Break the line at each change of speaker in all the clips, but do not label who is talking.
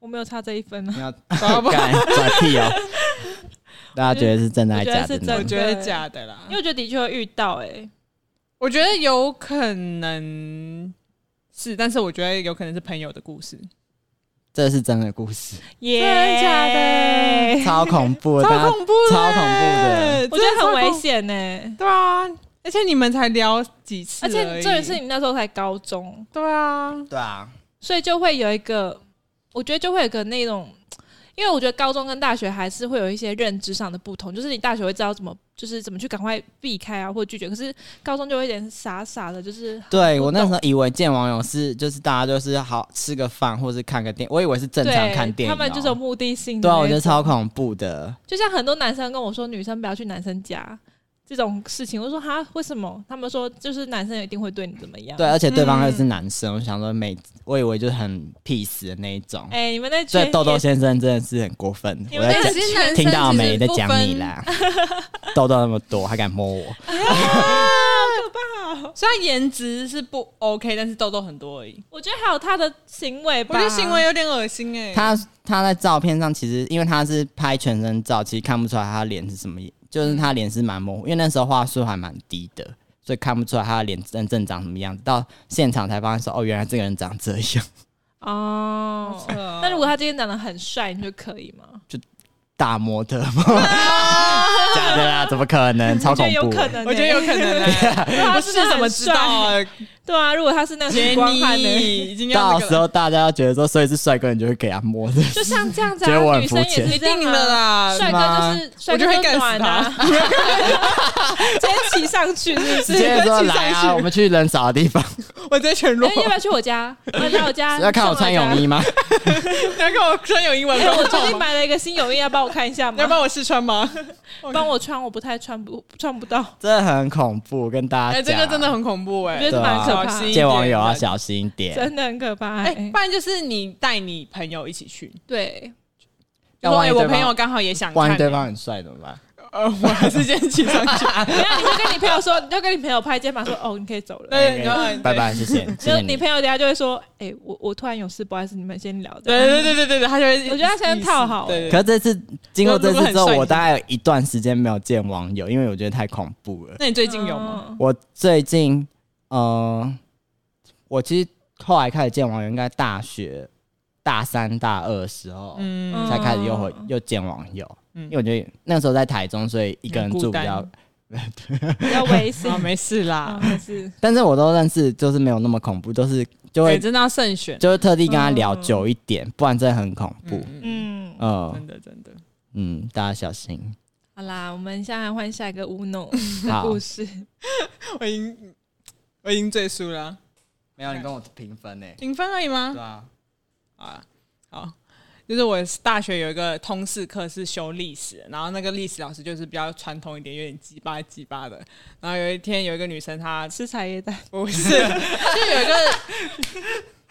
我没有差这一分呢、啊
你要
好吧
干转屁 哦！大家觉得是真的还是假
我觉
的
得是真
呢
我
的？
觉得假的啦
因为，我觉得的确会遇到哎、欸
我觉得有可能是，但是我觉得有可能是朋友的故事，
这是真的故事，
耶
真的假的
超恐 怖的，
超恐怖的，
超恐怖
我觉得很危
险。
险呢、欸
对啊，而且你们才聊几次
而
已，
且
啊
重点是你那时候才高中，
对啊，
对啊，
所以就会有一个，我觉得就会有一个那种，因为我觉得高中跟大学还是会有一些认知上的不同，就是你大学会知道怎么，就是怎么去赶快避开啊或拒绝，可是高中就会有点傻傻的，就是
对
不
我那时
懂
候以为见网友是就是大家就是好吃个饭或是看个电，我以为是正常
对
看电影哦、
他们就是有目的性的
对
那
啊，
种。
我觉得超恐怖的。
就像很多男生跟我说，女生不要去男生家这种事情，我说哈，为什么？他们说就是男生一定会对你怎么样。
对，，而且对方又是
嗯
男生，我想说每我以为就是很 peace 的那一种。
哎、你们那
所
群
以豆豆
也
先生真的是很过分，
你
我
们
在
那
讲
啊其实
男
听到没？在讲你。 啦，痘痘那么多还敢摸我？
虽然颜值是不 OK，但是痘痘很多而已。
我觉得还有他的行为吧，
我觉得行为有点恶心哎、
他他在照片上其实因为他是拍全身照，其实看不出来他脸是什么，就是他脸是蛮模糊，因为那时候话术还蛮低的，所以看不出来他的脸真正长什么样子。到现场才发现说，哦，原来这个人长这样，
哦。那
那
如果他今天长得很帅，你就可以吗？
大模特吗？假的啦，怎么可能？超
我觉
恐
得有
怖
可
欸！
能欸、
啊我觉得有 可能、欸，
对啊
不是怎么知道、啊？
对啊，如果他是那
杰
个光汉呢、
尼欸已经要
到
那个
时
了
候大家要觉得说，所以是帅哥，你就会给他摸的。
就像这样子、
觉得我
啊，
很
女生
肤浅
也是
一
这样
定的
啊。
啦，
帅哥就是帅
我
哥
就会
就
干死
暖啊， 直接骑上去是不
直
是？
接说来
上去
啊，我们去人少的地方，
我直接全 裸
哎，要。不要去我家？要来我家？
要看我穿泳
衣。
衣吗？
要跟我穿泳衣玩
哎、
公
我最
主
近
吗？
买了一个新泳衣，要帮我看一下
你要
吗？
帮我试穿吗？
帮我穿，我不太穿不穿不到。
真的很恐怖，跟大家
哎、这
讲。啊
个真的很恐怖哎、
我觉得蛮可怕的
小心一点
见网友要小心一点，
真的很可怕、
哎、
欸
不然就是你带你朋友一起去，
对，
就
要
说
万
哎、
一
我
对方
朋友刚好也想看、
万一对方很帅怎么办？
呃，我还是先骑上去。
没有你就跟你朋友说，你就跟你朋友拍肩膀说，哦，你可以走了。
对，然后对
拜拜，谢 谢，谢
就
谢
你朋友等下就会说，哎、我我突然有事，不好意思，你们先聊。这样
对对对对对对，他就会，
我觉得他先套好
对对
可
对
是这次经过这次之后，
如果很帅
我大概有一段时间没有见网友，因为我觉得太恐怖了。
那你最近有吗？？
嗯
我最近，呃，我其实后来开始见网友，应该大学大三、大二的时候、
嗯
嗯
才开始又回又见网友，
嗯
因为我觉得那时候在台中，所以一个人
很
住
孤
比
单
较，
比较危险
啊，。没事啦
啊，，还是
但是我都认识，就是没有那么恐怖，就是就
对，
会
真的要慎选。
就是特地跟他聊
嗯
久一点，不然真的很恐怖。
嗯，
嗯，
嗯
真的真的，
嗯，大家小心。
好啦，我们现在换下一个乌弄的
好，
故事。
我已经我已经最输了啊，
没有你跟我平分呢、欸
零分而已吗？
啊，
啊，好，就是我大学有一个通识课是修历史，然后那个历史老师就是比较传统一点，有点鸡巴鸡巴的。然后有一天有一个女生她，
吃茶叶蛋，
不是，就有一个，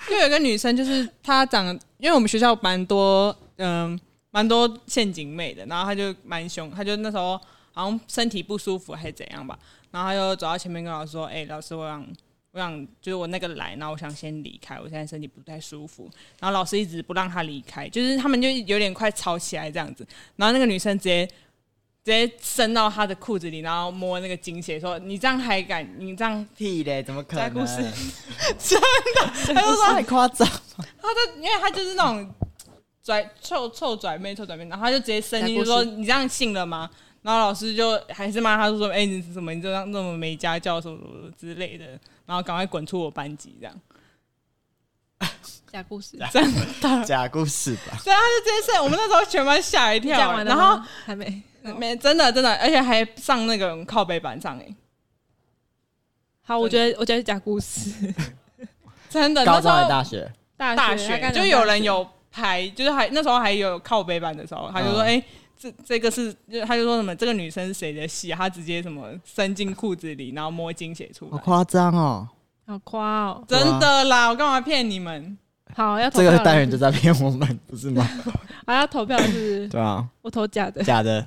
就有一个女生，就是她长，因为我们学校蛮多，嗯、蛮多陷阱妹的，然后她就蛮凶，她就那时候好像身体不舒服还是怎样吧，然后她就走到前面跟老师说：“哎、老师，我想。”我想就是我那个来，然后我想先离开，我现在身体不太舒服。然后老师一直不让她离开，就是他们就有点快吵起来这样子。然后那个女生直接直接伸到她的裤子里，然后摸那个精血，说：“你这样还敢？你这样
屁嘞，怎么可能？
在故事
真的，他就说太夸张。
他就因为他就是那种拽臭臭拽妹臭拽妹，然后他就直接伸进去
在
说
故事
你这样信了吗？然后老师就还是骂他说：“哎、你是什么？你这样那么没家教，什么什么什么之类的。”然后赶快滚出我班级，这样。
假故事。
假故事吧，
所以他就直接是我们那时候全班吓一
你
跳、欸
讲完了
然后
吗还没。
没真的真的，而且还上那个靠背板上哎、
好，我觉得我觉得是假故事。
真的
高
那时
中还是
候
大学？
大
大
他
学
刚
就
讲
有
大
人
学
有拍，就是还那时候还有靠背板的时候，他就说：“
嗯
哎、这这个是，就他就说什么这个女生是谁的戏啊？他直接什么伸进裤子里，然后摸精血出
好
来，
夸张哦！
好夸哦。
真的啦！我干嘛骗你们？
好，要投
这个
票了
单元就在骗我们， 不是吗？
啊，要投票是不是？
对啊，
我投假的。
假的。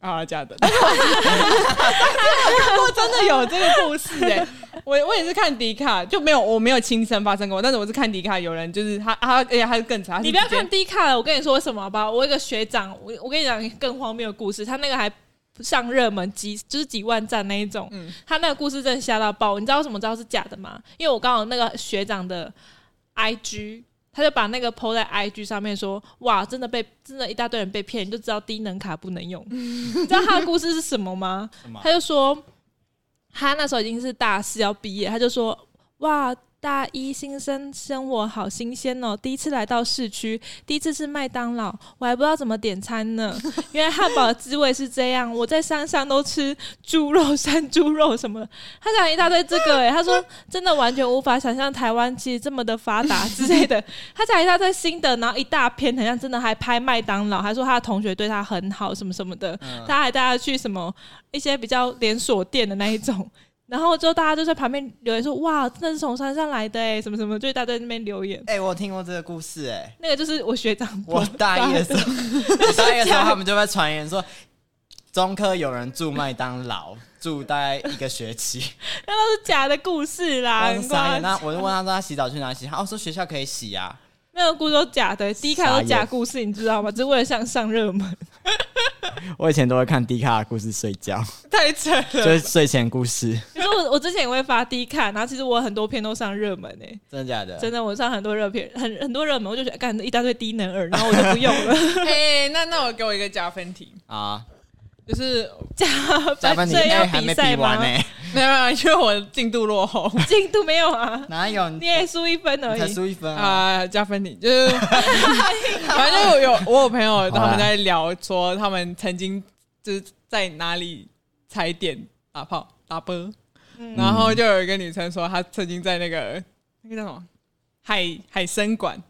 啊，假的！但是我看过真的有这个故事哎、我我也是看迪卡，就没有我没有亲身发生过，但是我是看迪卡有人就是他他，而且他是更惨，他是
你不要
直接
看低卡了，我跟你说为什么好不好？我有一个学长，我我跟你讲一个更荒谬的故事，他那个还上热门几就是几万赞那一种，
嗯
他那个故事真的吓到爆。你知道为什么知道是假的吗？因为我刚好那个学长的 IG。他就把那个 PO 在 IG 上面说：“哇，真的被真的一大堆人被骗，你就知道低能卡不能用。
嗯
你知道他的故事是什么 吗？
什
啊
么
他就说，他那时候已经是大四要毕业，他就说，哇。大一新生生活好新鲜哦！第一次来到市区，第一次吃麦当劳，我还不知道怎么点餐呢。 原来汉堡的滋味是这样，我在山上都吃猪肉、山猪肉什么。他讲一大堆这个、欸，他说真的完全无法想象台湾其实这么的发达之类的。 他讲一大堆新的，然后一大篇，好像真的还拍麦当劳，还说他的同学对他很好什么什么的。他还带他去什么一些比较连锁店的那一种。然后之后大家就在旁边留言说：“哇，真的是从山上来的哎，什么什么，就一大堆在那边留言。
哎、我听过这个故事、 哎，”
那个就是我学长 播
我大一的时候，我大一的时 候他们就在传言说，中科有人住麦当劳，住大概一个学期。
那都是假的故事啦，
我
很
是哦傻眼，
夸
那我就问他说他洗澡去哪里洗，他哦说学校可以洗啊。
那个故事都假的，第一看
傻
都
眼
假故事，你知道吗？只是为了想上热 门。
我以前都会看迪卡的故事睡觉，
太扯
就
了，
是睡前故事，
可是我我之前也会发低看，然后其实我很多片都上热门诶、
真的假的？
真的我上很多热片，很很多热门，我就觉得干一大堆低能儿，然后我就不用了。
哎、那那我给我一个加分题，
啊，
就是
加
加班你
所以要
哎还没
赛
比完
吗
呢、？
没有没有，因为我进度落后
进度没有啊，
哪有？
你也输一分而
才
已。
输一分啊！
啊、加分题就是， 反正就有我有朋友
好啦
他们在聊说他们曾经就是在哪里踩点打炮打波，
嗯
然后就有一个女生说她曾经在那个那个叫什么海海参馆，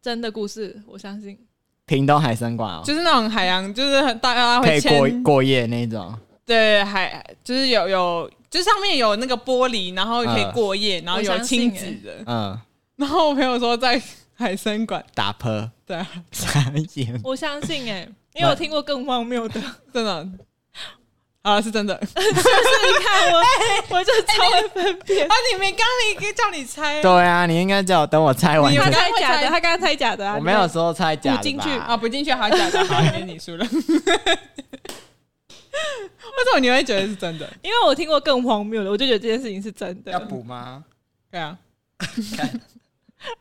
真的故事，我相信。
屏东海参馆哦，
就是那种海洋，就是很大家
可
会
以
签
过过夜那种。
对，还就是有有，就是上面有那个玻璃，然后可以过夜，然后有亲子的。
嗯，
然后我朋友说在海参馆，
打泼，
对啊，
傻眼。
我相信 哎、因为我听过更荒谬的。
真的啊，是真的。啊，
你看 我，我就超会分辨。
啊你没刚没叫你猜
对啊，你应该叫我等我猜完
你有
他
才
看，
猜假
你
的，他刚刚猜假的啊！
我没有
你
说猜假
补
的
进
吧
去？
啊，不进去好假的，好，你输了。为 什么你会觉得是真的？
看，因为我听过更荒谬的，我就觉得这件事情是真的。
要补吗？
对啊，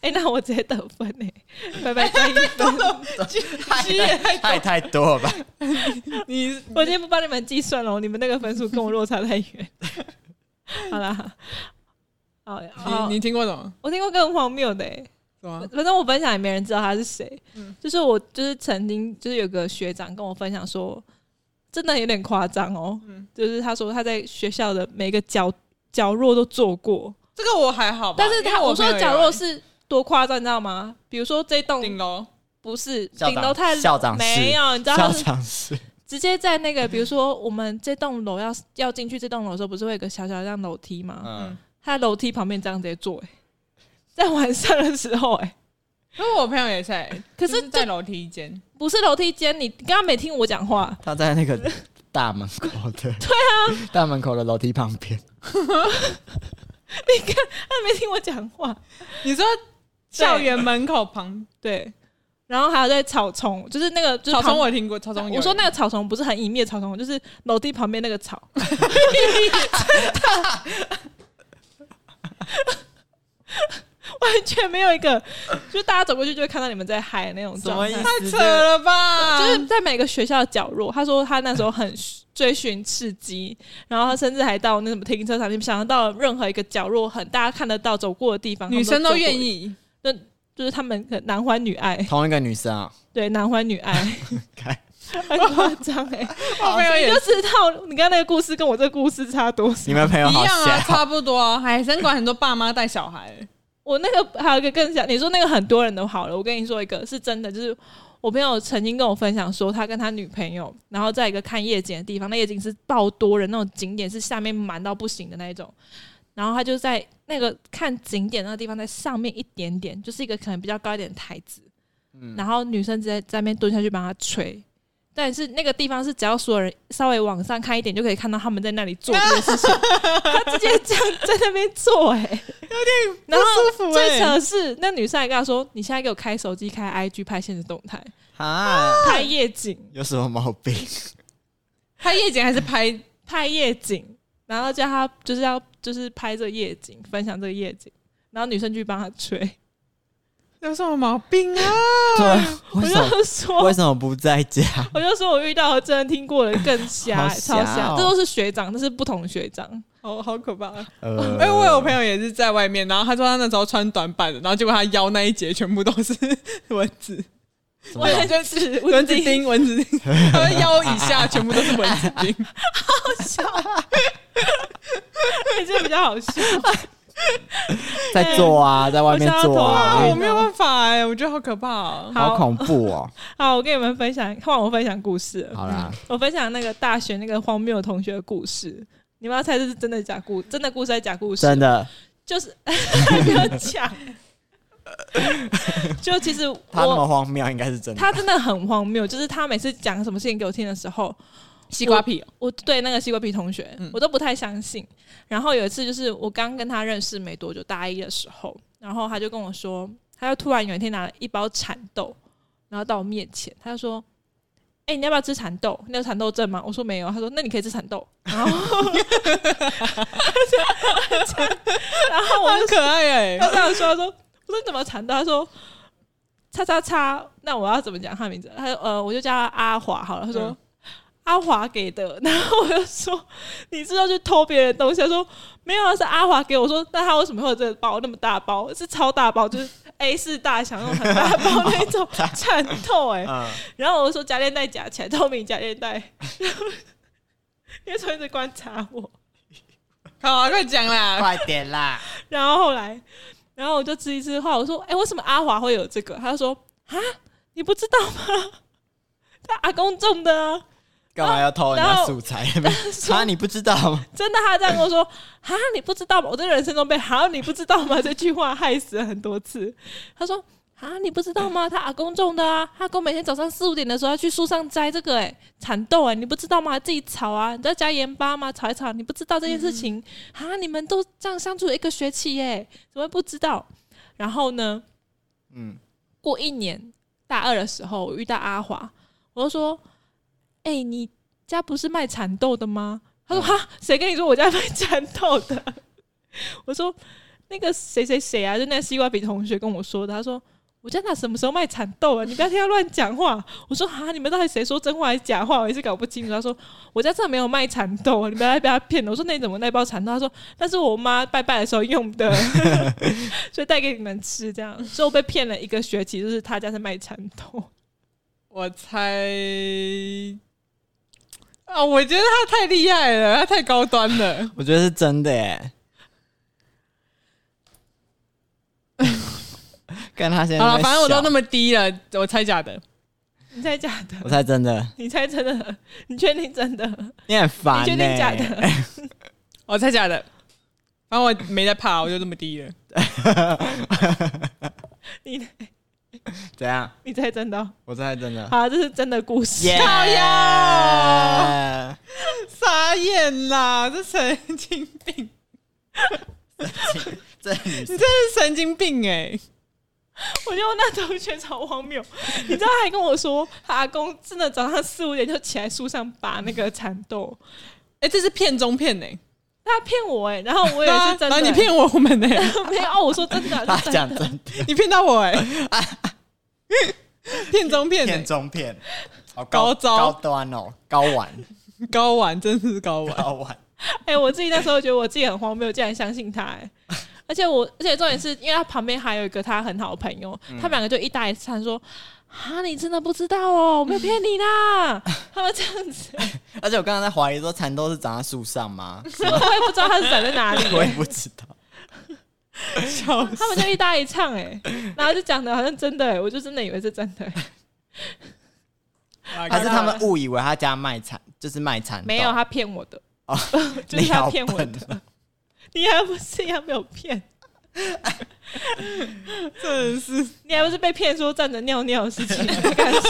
哎、那我直接得分哎、拜拜再一 分，
太太太多了吧？
你
我今天不帮你们计算了，你们那个分数跟我落差太 远。好啦，好，好
你你听过什么？
我听过更荒谬的、欸，
什么？
反正我分享也没人知道他是谁。
嗯
就是我就是曾经就是有个学长跟我分享说，真的有点夸张哦。
嗯
就是他说他在学校的每个角角落都做过，
这个我还好吧，
但是
因为
他
我
我
朋
说
友
的角落
有
是多夸张，你知道吗？比如说这栋
顶楼，
不是
校
顶
长
楼太
校长室
没有，你知道他
校
是
长室
直接在那个比如说我们这栋楼要要进去这栋楼的时候，不是会有一个小小的像楼梯吗？
嗯，
他在楼梯旁边这样直接坐、欸，在晚上的时候、欸，哎。
因为我朋友也在，
可
就是是在楼梯间。
不是楼梯间，你刚刚没听我讲话，
他在那个大门口的，对啊，大门口的楼梯旁边，
他没听我讲话。
你说校园门口旁，
对，然后还有在草丛，就是那个就是
草
旁
丛我听过，草丛有
我说那个草丛不是很隐秘的草丛，就是楼梯旁边那个 草。完全没有一个，就是大家走过去就会看到你们在嗨的那种状态
什么意，
太扯了吧？
就是在每个学校的角落。他说他那时候很追寻刺激，然后他甚至还到那什么停车场，你想到任何一个角落很大家看得到走过的地方，
女生
他们
都
走过
愿，意，
就是他们可能男欢女爱，
同一个女生啊，
对，男欢女爱，
看
很夸张哎！
我朋友
你
也
就知道你刚刚那个故事跟我这个故事差多少。
你们朋友
一
好
样啊，
笑，
差不多啊。海参馆很多爸妈带小孩，
我那个呃还有一个更小，你说那个很多人都好了，我跟你说一个是真的，就是我朋友曾经跟我分享说，他跟他女朋友，然后在一个看夜景的地方，那夜景是爆多人那种景点，是下面满到不行的那一种。然后他就在那个看景点那个地方，在上面一点点，就是一个可能比较高一点的台子，
嗯
然后女生直接在那边蹲下去帮他吹，但是那个地方是只要所有人稍微往上看一点，就可以看到他们在那里做这件事情。他直接这样在那边做、哎，有点然后
不 舒服
最
欸
扯的是，那女生还跟他说：“你现在给我开手机，开 IG 拍现实动态，
啊，
拍夜景，
有什么毛病？
拍夜景还是拍
拍夜景。”然后叫他就是要就是拍这个夜景，分享这个夜景。然后女生去帮他吹，
有什么毛病啊？
对，
我
为什么
就说
为什么不在家？
我就说我遇到真的听过的更瞎，
好
超
瞎
瞎，
哦
这都是学长，这是不同的学长。
好好可怕、啊！
呃
因为我有朋友也是在外面，然后他说他那时候穿短版的，然后结果他腰那一节全部都是蚊子，
什么
我也 就是蚊
蚊
子
子叮，蚊子叮，他的腰以下全部都是蚊子 叮。
这比较好笑。
在做啊，在外面做
我
啊，
想要
啊
我
头，
没有办法哎、我觉得好可怕哦、
好
好恐怖哦！
好，我跟你们分享，换我分享故事了。
好啦，
我分享那个大学那个荒谬的同学的故事，你们要猜这是真的假故，真的故事还是假故事？
真的，
就是 还没有讲。就其实
他那
我
么荒谬，应该是真的。
他真的很荒谬，就是他每次讲什么事情给我听的时候，
西瓜皮、哦
我对那个西瓜皮同学，
嗯
我都不太相信。然后有一次，就是我刚跟他认识没多久，大一的时候，然后他就跟我说，他就突然有一天拿了一包蚕豆，然后到我面前，他就说：“哎、你要不要吃蚕豆？你有蚕豆症吗？”我说没有。他说：“那你可以吃蚕豆。”然后， 然后我就
很可 爱哎、
他这样说，他说：“我说你怎么缠到？”他说：“叉叉叉，那我要怎么讲他的名字？”他说：“呃，我就叫他阿华好了。”他说：“
嗯
阿华给的。” 然后我就说：“你知道去偷别人的东西？”他说：“没有啊，是阿华给我。”我说：“那他为什么会有这个包那么大包？是超大包，就是 A 四大小那种很大包那种缠透哎、
嗯，
然后我就说夹链带夹起来，透明夹链带。 然后因为他一直观察我，
好、啊，快讲啦！
快点啦！
然后后来，然后我就吃一吃，后来我说：“哎、为什么阿华会有这个？”他就说：“啊，你不知道吗？ 他阿公种的啊，
干嘛要偷人
然
家
后
素材？啊，你不知道吗？
真的。”他这样跟我说：“啊，你不知道吗？我这人生中被‘ 啊你不知道吗’这句话害死了很多次。”他说：“啊，你不知道吗？他阿公种的啊，他阿公每天早上四五点的时候要去树上摘这个、欸，哎，蚕豆、欸，哎，你不知道吗？自己炒啊，你知道加盐巴吗？炒一炒，你不知道这件事情、啊？你们都这样相处一个学期、欸，哎，怎么会不知道？然后呢？”
嗯，
过一年大二的时候，我遇到阿华，我就说：“哎、你家不是卖蚕豆的吗？”他说：“哈，谁跟你说我家卖蚕豆的？” 我说：“那个谁谁谁啊，就那西瓜皮同学跟我说的。”他说：“我家哪什么时候卖蚕豆啊？你不要听他乱讲话。”我说：“哈，你们到底谁说真话还是假话？我也是搞不清楚。”他说：“我家真的没有卖蚕豆啊，你不要被他骗了。”我说：“那你怎么那包蚕豆？”他说：“那是我妈拜拜的时候用的。” 所以带给你们吃，这样，所以我被骗了一个学期，就是他家是卖蚕豆，
我猜啊，我觉得他太厉害了，他太高端了。
我觉得是真的 耶。看他现在
好了，反正我都那
么，
么低了，我猜假的。
你猜假的，
我猜真的，
你猜真的，你确定真的？你
你很烦欸
确
啊呢。
定假的？
我猜假哦的，反正我没在怕，我就这么低了。
你
怎样？
你猜真的哦？
我猜真的。
好，这是真的故事。
耶！
靠腰哎傻眼啦，这神经病，
这女
你真是神经病哎、
我觉得我那同学超荒谬，你知道他还跟我说，他阿公真的早上四五点就起来树上拔那个蚕豆，
哎、这是骗中骗呢、欸，
他骗我哎、然后我也是真的、
啊然后你骗我我们呢、欸
我？没有哦，我说真的，
他
是真
讲
的。
真的，
你骗到我哎、骗中欸骗呢、
片中片，好
高招
高端哦，高玩
高玩真是高玩，
高玩，
哎、我自己那时候觉得我自己很荒谬，竟然相信他、哎，而且我，而且重点是因为他旁边还有一个他很好的朋友，他们两个就一搭一唱说：“啊，你真的不知道哦，我没有骗你啦。”他们这样子，
而且我刚刚在怀疑说蚕豆是长在树上吗？
我也不知道他是长在哪里。
我也不知道。
笑死！
他们就一搭一唱、 哎，然后就讲的好像真的、哎，我就真的以为是真的、哎
还
还
是他们误以为他家卖蚕，就是卖蚕豆？
没有，他骗我的，
哦
就是
你好
他骗我
笨
的，你还不是一样没有骗？
真的是
你还不是被骗说站着尿尿的事情， 不敢说，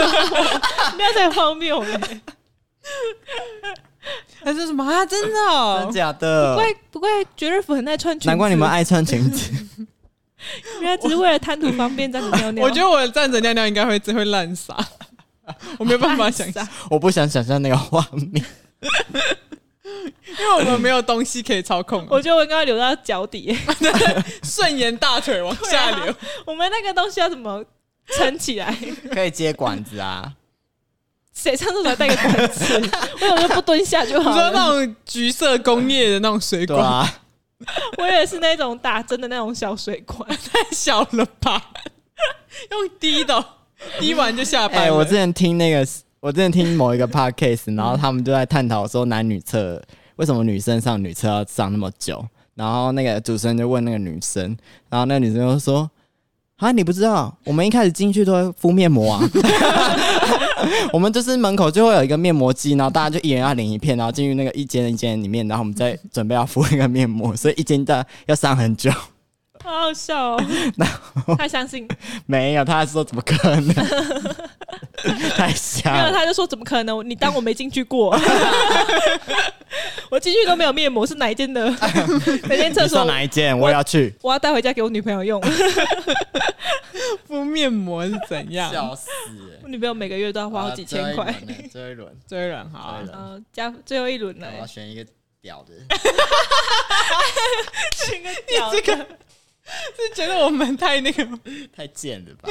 那才荒谬嘞！
还是什么啊？真 的
真的
哦，
假的
不？怪不怪，绝对府很爱穿裙子，
难怪你们，爱穿裙子。
原来只是为了贪图方便站着尿尿。
我觉得我站着尿尿应该会只会烂傻，我没有办法想象，
我不想想象那个画面。
因为我们没有东西可以操控啊，
我觉得我应该要留到脚底。
顺延大腿往下流。
我们那个东西要怎么撑起来？
可以接管 子啊，
谁上厕所带个管子？ 为什么就不蹲下就
你
好
说那
了？
种橘色工业的那种水
对
管，
啊，
我以为是那种打针的那种小水管，
太小了吧？ 用滴的哦， 滴完就下
哎、
班了。
我之前听那个，我之前听某一个 podcast，然后他们就在探讨说男女厕为什么女生上女厕要上那么久，然后那个主持人就问那个女生，然后那个女生就说：“啊，你不知道，我们一开始进去都会敷面膜啊， 我们就是门口就会有一个面膜机，然后大家就一人要领一片，然后进去那个一间一间里面，然后我们再准备要敷那个面膜，所以一间大要上很久。”
好好笑 哦！他相信，
没有，他还说怎么可能？太
没
瞎
有
了。
他就说怎么可能？你当我没进去 过？我进去都没有面膜，是哪一间 的？哪间厕所
你上？哪一间？我也要去。
我要带回家给我女朋友用。
敷面膜是怎样？
死！
我女朋友每个月都要花好几千块。
这 一轮，
追人好啊
追人
嗯，加最后一轮了，欸
选一个屌 的。
这个屌
这个是觉得我们太那个，
太贱了吧！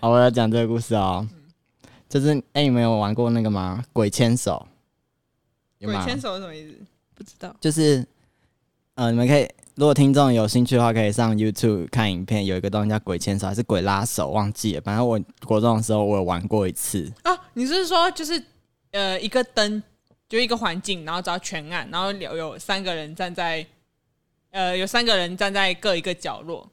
好，我要讲这个故事哦。就是，哎、你们有玩过那个吗？鬼牵手？有
鬼
吗？
牵手是什么意思？
不知道。
就是，呃，你们可以，如果听众有兴趣的话，可以上 YouTube 看影片，有一个东西叫鬼牵手还是鬼拉手，忘记了。反正我国中的时候我有玩过一次，
啊，你是说就是呃一个灯，就一个环境，然后只要全暗，然后有有三个人站在，呃有三个人站在各一个角落，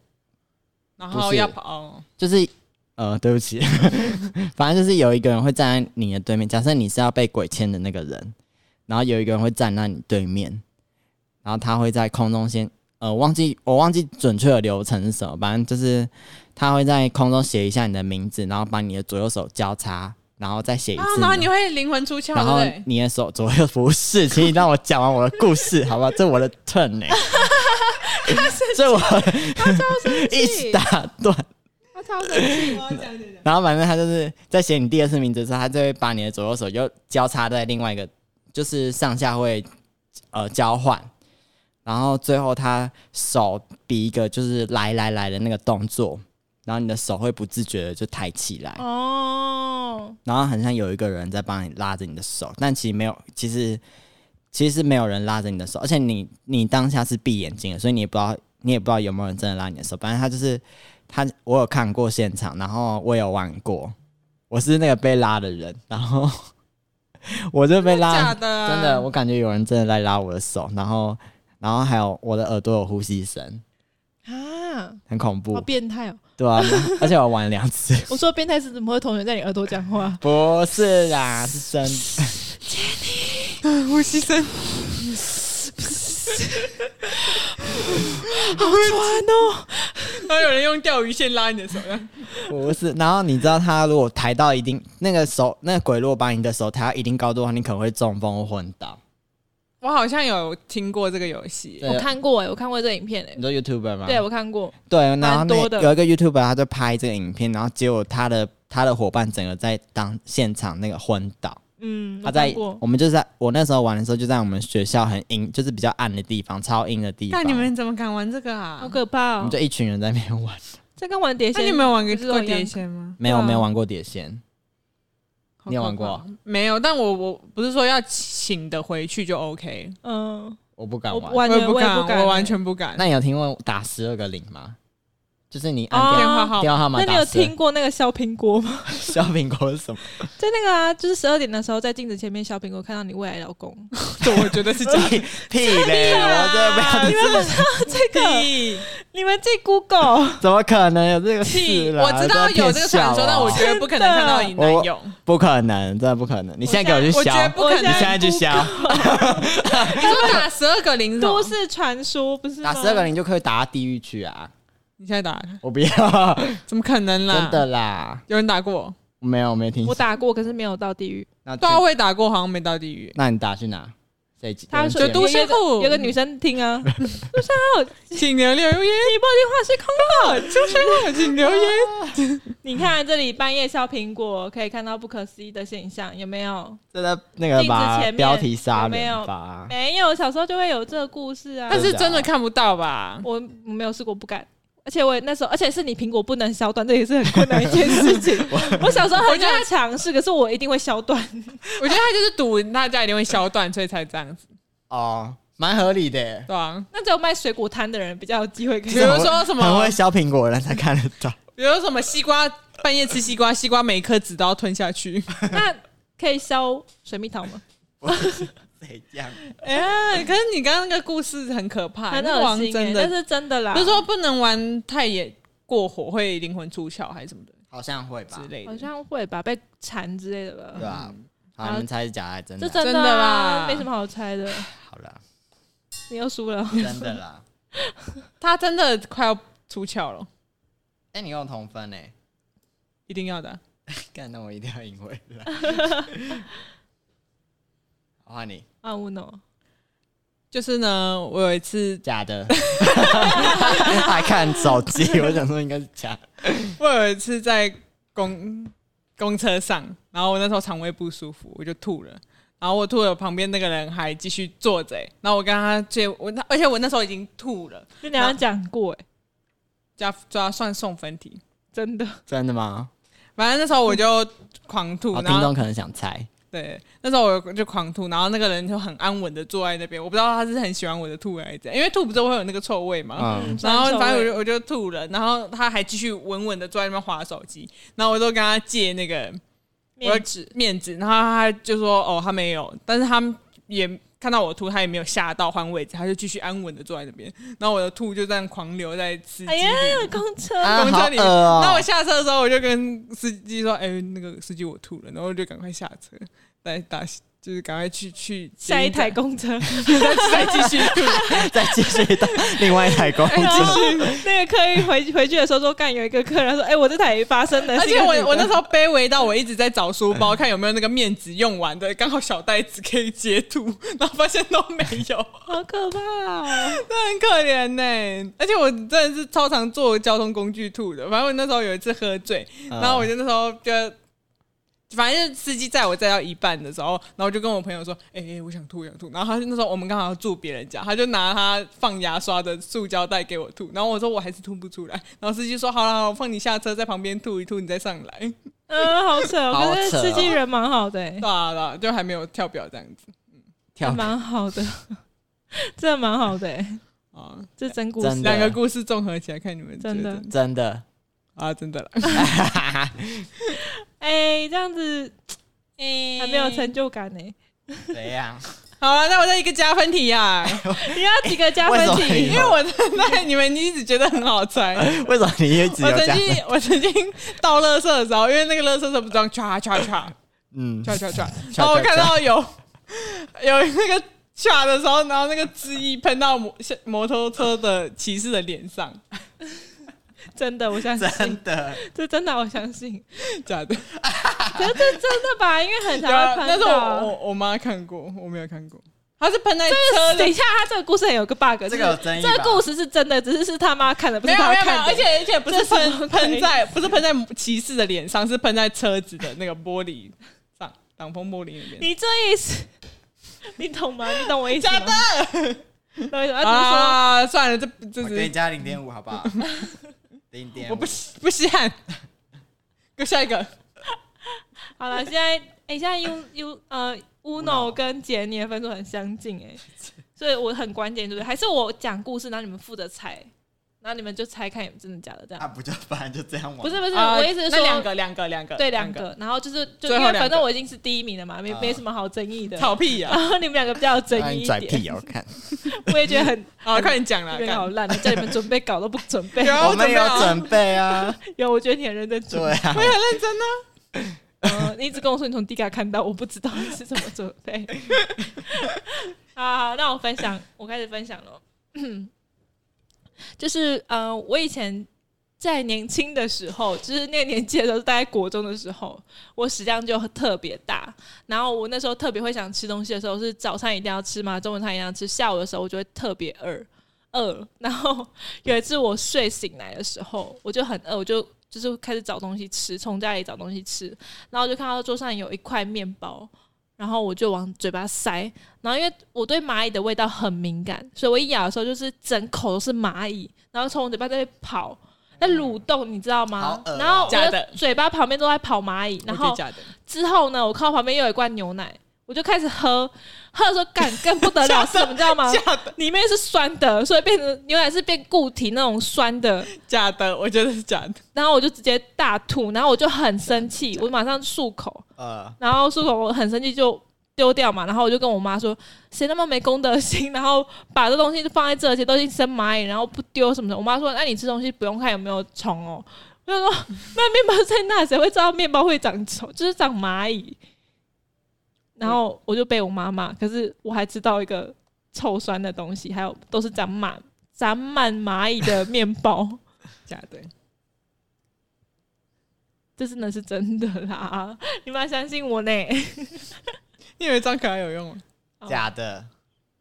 然
不
后
是
要跑。哦
就是呃，对不起， 反正就是有一个人会站在你的对面。假设你是要被鬼牵的那个人，然后有一个人会站在你对面，然后他会在空中先呃，忘记我忘记准确的流程是什么，反正就是他会在空中写一下你的名字，然后把你的左右手交叉，然后再写一
啊
次，
然后你会灵魂出窍，
哎然后
对不对？
你的手左右不是，请你让我讲完我的故事，好吧？这我的 turn 呢、这我一直打断。
他超神奇，我要讲 讲讲。
然后反正他就是在写你第二次名字的时候，他就会把你的左右手又交叉在另外一个，就是上下会呃交换，然后最后他手比一个就是来来来的那个动作，然后你的手会不自觉的就抬起来，
哦，
然后很像有一个人在帮你拉着你的手，但其实没有，其实其实是没有人拉着你的手，而且你你当下是闭眼睛的，所以你也不知道你也不知道有没有人真的拉你的手，反正他就是他，我有看过现场，然后我有玩过，我是那个被拉的人，然后 我就被拉，
假的啊，
真 的，我感觉有人真的在拉我的手，然后然后还有我的耳朵有呼吸声，
啊，
很恐怖
好，变态哦！
对啊，而且我玩了两次，
我说变态是怎么会同学在你耳朵讲 话？
不是啦，是真的。
呼吸声，
好酸哦！
然后有人用钓鱼线拉你的手，这样
不是，然后你知道他如果抬到一定那个手，那个鬼如果把你的手抬到一定高度的话，你可能会中风或昏倒。
我好像有听过这个游戏，
对
我看过哎，我看过这影片哎
你，说 YouTuber 吗？
对我看过，
对，然后
蛮多的
那有一个 YouTuber 他就拍这个影片，然后结果他的他的伙伴整个在当现场那个昏倒。
嗯，
他
我
在
看过。
我们就在我那时候玩的时候，就在我们学校很阴，就是比较暗的地方，超阴的地
那
方。
你们哦怎么敢玩这个啊？
好可怕
我
哦
们！就一群人在那边玩，
这跟玩碟
那
仙，
你们有玩
不是都
过
一样
碟仙吗？
没有
对啊
没有玩过碟仙，你有玩过啊
好可怕？没有，但我我不是说要醒的回去就 OK，
嗯，
我不敢
我
玩。
完
我
全
也不
也
敢，
不敢，
我完全不敢。
那你有听过打十二个零吗？就是你按
哦
电
电话号码
电话号码
那
打12，
你有听过那个削苹果吗？
削苹果是什么？
在那个啊，就是十二点的时候，在镜子前面削苹果，看到你未来老 公。
对，我觉得是这 样。
屁屁嘞！我这
啊
不要，
这个 你们自己 Google，
怎么可能有这个
屁！
事啦？
我知道有这个
这骗
传说，
笑啊
但我觉得不可能看到你男友。
不可能，真的不可能。你现在给我去
我
削
觉，得不可
你
能
现。在去削，
你说打十二个零头
都，市传说不是吗
打十二个零就可以打到地狱去啊！
你现在打，
我不 要，
怎么可能啦？
真的啦，
有人打过？
没有没听
我。打过，可是没有到地狱。
那去
大会打过，好像没到地狱。
那你打去哪？谁记？
他
有
说
人
有
记
都
得
有
市
有
户
有个女生听 啊，
请留留言，
你拨电话是空的，就是
请留言。
你看啊这里半夜削苹果，可以看到不可思议的现象，有没有？
这在那个
镜子
吧
前面
标题杀
有没有
人
啊
吧。
没有，小时候就会有这个故事啊。
但是真的看不到吧？
我我没有试过，不敢。而且我那时候，而且是你苹果不能削断，这也是很困难的一件事 情。我小时候很想尝试，可是我一定会削断。
我觉得他就是赌大家一定会削断，所以才这样子，
哦，蛮合理的耶。
对啊吧？
那只有卖水果摊的人比较有机会可以
比如说什么
很会削苹果的人才看得 到。
比如什么西瓜，半夜吃西瓜，西瓜每一颗籽都要吞下去。
那可以削水蜜桃吗？
谁这样？
哎呀，可是你刚刚那个故事很可怕，
很
那
恶
王
心、欸，
真
但
的，
是真的啦。
不是说不能玩太野过火会灵魂出窍还是什么的
好像会吧
之？类
好
的。
像会吧，被缠之类的吧。
对啊吧？嗯好，
好
你们猜是假还是真
这
的？
真
真的
啊
啦
没什么好猜的。
好啦，
你又输了，
真的啦。
他真的快要出窍了，
哎，你跟我同分诶，
一定要的啊。
干，那我一定要赢回来。 我换你，
啊乌诺，
就是呢，我有一次，
假 的。还看手机，我想说应该是假的。
我有一次在公公车上，然后我那时候肠胃不舒服，我就吐了。然后我吐了，旁边那个人还继续坐着、欸然后我跟他借我那，而且我那时候已经吐了，
就你好像讲过哎、
叫抓算送分题。
真的，
真的吗？
反正那时候我就狂吐，
好，
然
听
后
众可能想猜。
对，那时候我就狂吐，然后那个人就很安稳的坐在那边，我不知道他是很喜欢我的吐还是怎样，因为吐不是会有那个臭味嘛。
嗯，
然后反正我就我就吐了，然后他还继续稳稳的坐在那边划手机，然后我就跟他借那个
面纸，
面子，然后他就说哦他没有，但是他也看到我吐，他也没有吓到换位置，他就继续安稳的坐在那边，然后我的吐就这样狂流在司机
哎
里
呀，公车，
啊
公车里面。
好恶哦
那我下车的时候，我就跟司机说：“哎、那个司机我吐了。”然后我就赶快下车，来打，就是赶快去去
下一 台，公车，
再再继续吐。
再继续到另外一台公
然
车。
后那个客运回回去的时候说，干有一个客人说，哎、我这台发生的，
而且
是一个女的
我我那时候卑微到我一直在找书 包，看有没有那个面纸用完的，刚好小袋子可以截图，然后发现都没有，
好可怕、哦，
那很可怜呢、而且我真的是超常坐交通工具吐的，反正我那时候有一次喝醉，
嗯
然后我就那时候就。反正就是司机载我载到一半的时候，然后我就跟我朋友说：“哎、哎、我想吐，我想吐。”然后他就那时候我们刚好要住别人家，他就拿他放牙刷的塑胶袋给我吐，然后我说我还是吐不出来。然后司机说：“好了，好啦我放你下车，在旁边吐一吐，你再上来。
嗯，好扯、哦，
好
可是
扯哦
司机人蛮好的、欸
对，啊”对啊，就还没有跳表这样子
还
跳
蛮好的， 真的蛮好的、欸，
啊。
这真故
真
事
的。
两个故事综合起来，看你们觉得
真的
真的，
啊，真 的了，
哎、这样子还
还
没有成就感欸呢、
怎样？
好了，那我再一个加分题呀、
你要几个加分
为什么
题？
你
因为我那你们一直觉得很好猜。
为什么你一直
我
有这
曾
样？
经我曾经倒垃圾的时候，因为那个垃圾车不装唰唰唰
嗯，
唰唰唰，然后我看到有有那个唰的时候，然后那个汁液喷到摩摩托车的骑士的脸上，
真的，我相信
真，的，
这真的我相信，
假的。
可是这真的吧？因为很
有
常会
啊， 但
喷
是我
到。
我我妈看过，我没有看过，她是喷在车
等
的
一。下，他这个故事很有个 bug，
这
这
个有争议吧
这个故事是真的，只是是他妈看的，不
没
是
有
他
没有没
看
有，
的。
而且而且不是
这怎么
喷
可以
喷在不是喷在骑士的脸上，是喷在车子的那个玻璃上，挡风玻璃那边。
你这意思， 你懂吗？你懂我意思吗？
假
的，懂我意思吗？啊、
啊，算了，这不这
我给你
是
加零点五，好不 好？零点，
我不稀不稀罕。 给我下一个，
好了，现在哎、现在 U U 呃 Uno 跟杰尼的分数很相近哎、所以我很关键，对不对？还是我讲故事，然后你们负责猜，然后你们就猜看真的假的这
啊，
样。
不就 反正就这样玩，
不是不是，
啊
我意思是
那
说
两个两个两个，
对两个，然后就是就
最
因
后
为
两
反
个
正我已经是第一名了嘛，没
啊
没什么好争议的。
草屁啊 呀！
然后你们两个比较有争
那
议
你
一
拽
点
屁，哦，看
我也觉得很
啊，快点讲啦！
这边好
干
烂，叫你们准备稿都不准备。
有 啊
我们有
我准
准备啊，
有，我觉得你很认真准
对
备。
啊，
认真呢，
嗯，你一直跟我说你从 D 卡看到，我不知道你是怎么准备。好好，那我分享，我开始分享了。 就是呃，我以前在年轻的时候，就是那个年纪的时候，大概国中的时候，我食量就特别大。然后我那时候特别会想吃东西的时候，是早餐一定要吃嘛，中午餐一定要吃，下午的时候我就会特别饿饿。然后有一次我睡醒来的时候，我就很饿，我就。就是开始找东西吃，从家里找东西吃，然后就看到桌上有一块面包，然后我就往嘴巴塞，然后因为我对蚂蚁的味道很敏感，所以我一咬的时候就是整口都是蚂蚁，然后从我嘴巴在那边跑，在蠕动，你知道吗
好？恶啊
然后我
假
的
的
嘴巴旁边都在跑蚂蚁，然
我
后
觉得假的，
之后呢，我看到旁边又有一罐牛奶，我就开始喝，喝的时候感更不得了，是呃什么你知道吗？
假的，
里面是酸的，所以变成牛奶是变固体那种酸的，
假的，我觉得是假的。
然后我就直接大吐，然后我就很生气，我马上漱口，
呃，
然后漱口我很生气就丢掉嘛，然后我就跟我妈说，谁那么没公德心， 然后把这东西就放在这，而且都已经生蚂蚁，然后不丢什么的。我妈说，那你吃东西不用看有没有虫哦。我就说，那面包在那，谁会知道面包会长虫，就是长蚂蚁？然后我就被我妈骂，可是我还知道一个臭酸的东西，还有都是长满长满蚂蚁的面包，
假的，
这真的是真的啦！ 你们要相信我呢。
你以为张可爱有用吗？
假的，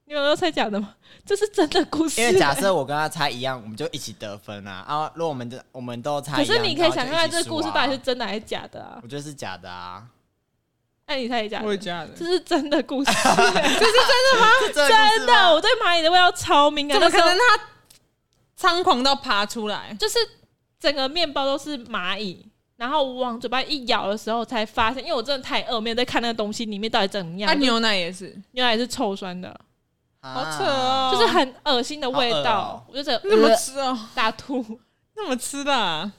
你有要猜假的吗？ 这是真的故事、
因为假设我跟他猜一样，我们就一起得分啊。啊，如果我们的我们都猜
可
一样，
是你可以想象
然后
看
就一
这
起
个故事
输啊
到底是真的还是假的啊？
我觉得是假 的啊，
那你猜也假
我也
的？
假的
这，是真的故事，
是真
真的！
的
我对蚂蚁的味道超敏感，
怎么
那
可
时候
能他猖狂到爬出来？
就是整个面包都是蚂蚁，然后我往嘴巴一咬的时候才发现，因为我真的太饿，没有在看那个东西里面到底怎么样。
那牛奶也是，
原来是臭酸的，
吗，
好
啊
扯！哦，
就是很恶心的味
好饿
道
哦，
我就整
你怎么
呃
吃哦？
大吐。
那么吃的啊？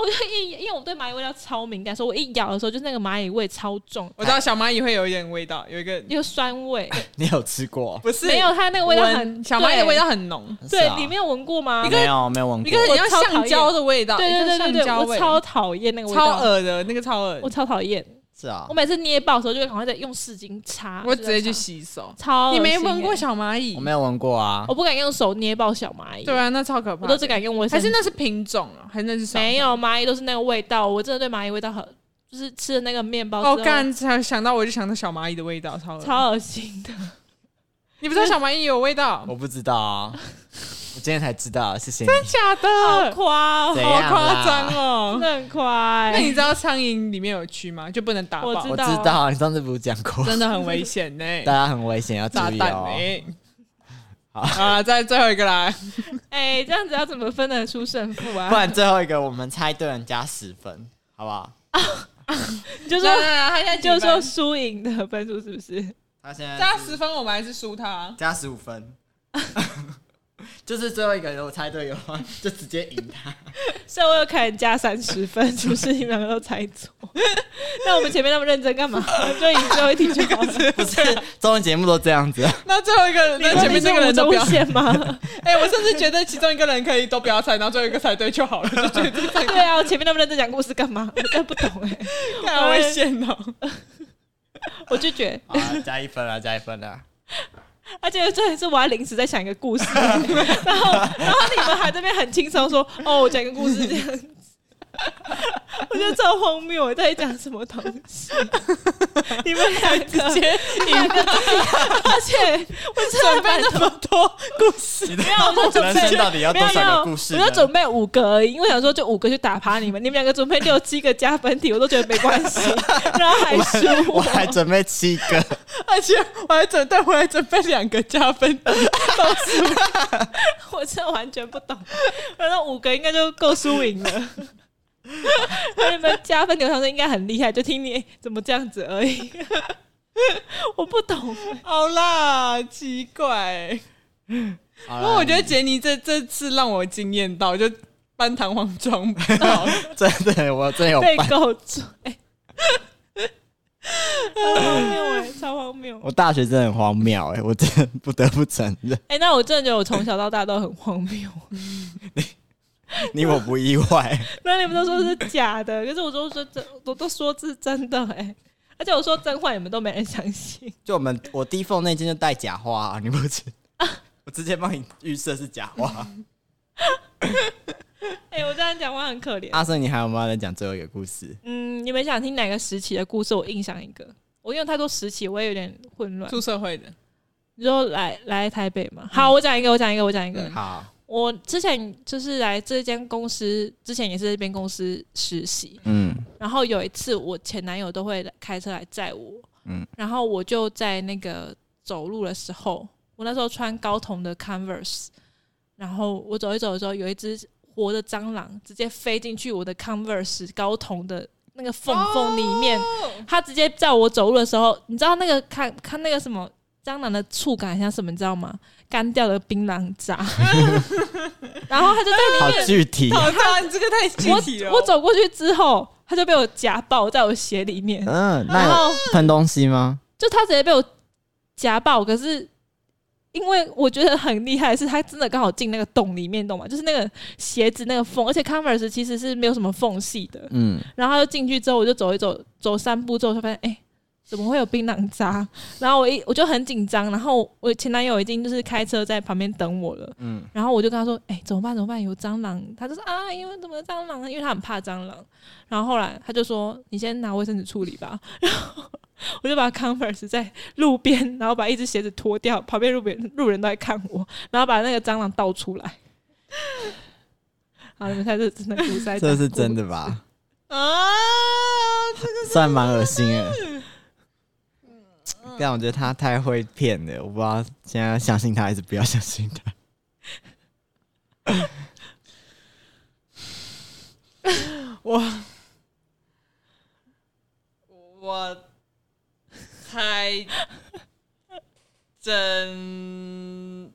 我就一，因为我对蚂蚁味道超敏感，所以我一咬的时候，就是那个蚂蚁味超重，
我知道小蚂蚁会有一点味道，有一个
又酸味，
你有吃过？
不是
没有它那个味道很
闻小蚂蚁的
对
味道很浓，
对，
是啊
你没有闻过吗？
没有没有闻
一
过
个，很
我
像
超讨厌
橡胶的味道，
对对对对
一个橡
对，
胶
我
味，
超讨厌那个味道，
超恶的那个超恶
我，超讨厌。
是啊
我，每次捏爆的时候，就会赶快再用湿巾擦，
我
就
直
在
接去
擦
洗手。
超恶
你
心欸、
没闻过小蚂蚁
我？没有闻过啊
我。不敢用手捏爆小蚂蚁，
对啊，那超可怕
我
的。
都只敢用卫生
还是
纸。
那是品种啊？还是那是什么
没有蚂蚁都是那个味道，我真的对蚂蚁味道很，就是吃的那个面包
哦，
之后
干想想到我就想到小蚂蚁的味道，超恶
超恶心的。
你不知道小蚂蚁有味道？
我不知道啊， 我今天才知道，谢谢你。
假
好
的，
夸、哦，
怎
好
样
夸张
真
哦！
的很夸、
那你
欸。
知道苍蝇里面有蛆吗？就不能打
我
爆
知，
我
道
知道啊，你上次不是讲过，
真的很危险呢、
大家很危险，要注
炸
意
弹欸
哦
呢、。
好
啊，再最后一个啦，
哎、这样子要怎么分得出胜负
不
啊？
然最后一个我们猜对人加十分，好不好？
你 就
就
说
他现在
就
几
说
分
输赢的分数是不是？
他现在
加
是
十分，我们还是输他。
加十五分， 就是最后一个，如果猜对的话， 就直接赢他。
所以我有可能加三十 分，是不是你们两个都猜错？ 那我们前面那么认真干 嘛？就以最后一题就好了。
不是，综艺节目都这样子，啊
那最后一个， 那前面那个人都不
你
要
说你。是吴宗宪 吗？
哎、我甚至觉得其中一个人可以都不要猜，然后最后一个猜对 就好了，就觉得
对啊，我前面那么认真讲故事干嘛？我真的不懂哎、
太危险哦了。
我拒绝。
好啊，加一分啊，加一分啊。
而且这一次我还临时在想一个故 事、然后然后你们还这边很轻松说哦，我讲一个故事这样子。 我觉得超荒谬，我在讲什么东 西？你们两个直接，你们两个，而且我真的
备
那么多
故事
你的
没有，我就准
人
备
生到底要
没
多
有没
少
有
个故事呢？
我就准备五个而已，因为想说就五个去打趴你们，你们两个准备六七个加分题，我都觉得没关 系，然后还输
我还准备七个，
而且我还准，但我还准备两个加 分题，到时候
我真的完全不懂。反正五个应该就够输赢了。那你们加分，刘想说应该很厉害，就听你怎么这样子而 已。我不懂，
好啦，奇怪、
好啦
不过我觉得杰尼这这次让我惊艳到，就搬弹簧装不到，
真的，我真的有
被
办。
狗追，哎超荒谬哎，超荒谬！
我大学真的很荒谬哎、我真的不得不承认，
哎、那我真的觉得我从小到大都很荒谬。
你我不意外。
那你们都说是假的，可是我都说真，我都说是真的哎、而且我说真话，你们都没人相信。
就我们我第一封那件就带假花、啊，你不知？ 我直接帮你预设是假花。
哎、我这样讲话很可怜。
阿生，你还有没有要再讲最后一个故事？
嗯，你们想听哪个时期的故事？我印象一个，我因为太多时期，我也有点混乱。
出社会的，
你说来来台北嘛？好，我讲一个，我讲一个，我讲一个。
嗯好，
我之前就是来这间公司之前也是在这边公司实习，
嗯
然后有一次我前男友都会来开车来载我，
嗯
然后我就在那个走路的时候，我那时候穿高筒的 Converse，然后我走一走的时候，有一只活的蟑螂直接飞进去我的 Converse 高筒的那个缝缝里
哦
面，它直接在我走路的时候，你知道那个看看那个什么蟑螂的触感像什么，你知道吗？干掉的槟榔渣，然后它就在里面
好具体啊、
好，这你这个太具体了。
我走过去之后，他就被我夹爆在我鞋里面，
嗯，那
然
有
后
喷东西吗？
就他直接被我夹爆。可是因为我觉得很厉害，是他真的刚好进那个洞里面，懂吗？就是那个鞋子那个缝，而且 Converse 其实是没有什么缝隙的。
嗯，
然后他就进去之后，我就走一走，走三步之后，就发现哎。怎么会有槟榔渣？然后我一我就很紧张，然后我前男友已经就是开车在旁边等我了，
嗯
然后我就跟他说：“哎、怎么办？怎么办？有蟑螂。”他就说：“啊，因为怎么蟑螂？因为他很怕蟑螂。”然后后来他就说：“你先拿卫生纸处理吧。”然后我就把 Converse 在路边，然后把一只鞋子脱掉，旁边路边路人都在看我，然后把那个蟑螂倒出来。 好，你们猜这是真的故事还
这是
假故事
真的吧？
啊，这个
算蛮恶心的。
欸
嗯
但我觉得他太会骗了，我不知道现在要相信他还是不要相信 他。
我我猜真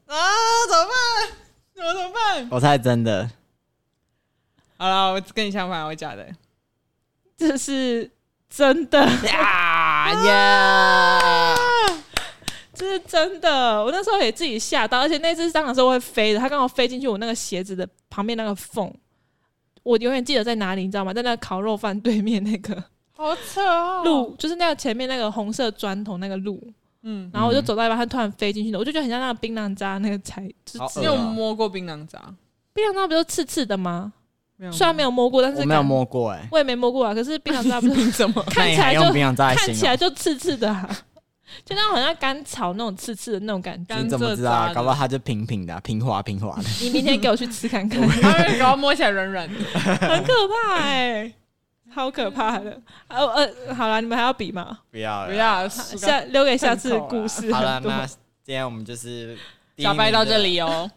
啊，怎么办？我怎么办？
我猜真的，
好了，我跟你相反，我假的。
这是真的，
啊呀！
这是真的。我那时候也自己吓到，而且那只蟑螂是会飞的，它刚好飞进去我那个鞋子的旁边那个缝。我永远记得在哪里，你知道吗？在那个烤肉饭对面那个
好扯哦
路，就是那个前面那个红色砖头那个路，
嗯，
然后我就走到一半，它突然飞进去的，我就觉得很像那个槟榔渣那个材质
好。
你有摸过槟榔渣？
槟榔渣不就刺刺的吗？
没有
虽然没有摸过，但是
我没有
感，
摸过哎、
我也没摸过啊。可是槟榔渣不是
你怎么
看起来
那你还
就
用槟榔渣来
看
形
起
容？
来就刺刺的、啊， 就那种好像甘草那种刺刺的那种感觉。
干
你怎么知
蔗渣
道？
的
搞不好他就平平的啊、平滑平滑的。
你明天给我去吃看看，
他们搞摸起来软软 的。
很可怕哎、超可怕的。哦呃，好了，你们还要比吗？
不要
不。要，
下留给下次的故事
好 了，
很多。
那今天我们就是第一
小白到
名的
这，里哦。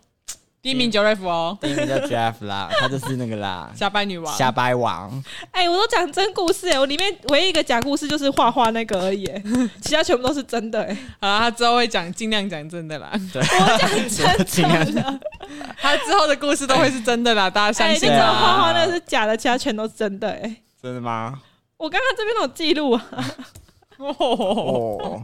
第一
名
名九瑞福哦，
第一名叫 Jeff 啦， 他就是那个啦，
小白女王。
瞎掰王。
哎、我都讲真故事哎、我里面唯一一个假故事就是画画那个而已、哎其他全部都是真的哎、
好了，他之后会讲，尽量讲真的啦。
我讲
尽
真
量
的的，
他之后的故事都会是真的啦，大
哎、
家相
就
信
只有
啊
画画那个是假的，其他全都是真的哎、
真的吗？
我刚刚这边都有记录啊，
哦，
哦，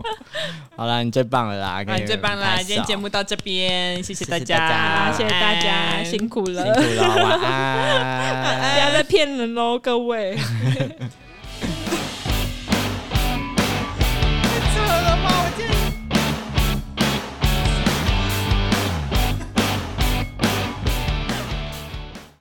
好啦，你最棒了啦，
那
给你
最棒啦！
拍手
今天节目到这边，谢谢大
谢谢大家
家，
谢谢大家，辛
辛
苦
辛
了
苦，了，晚安。
不要再骗人喽，各位。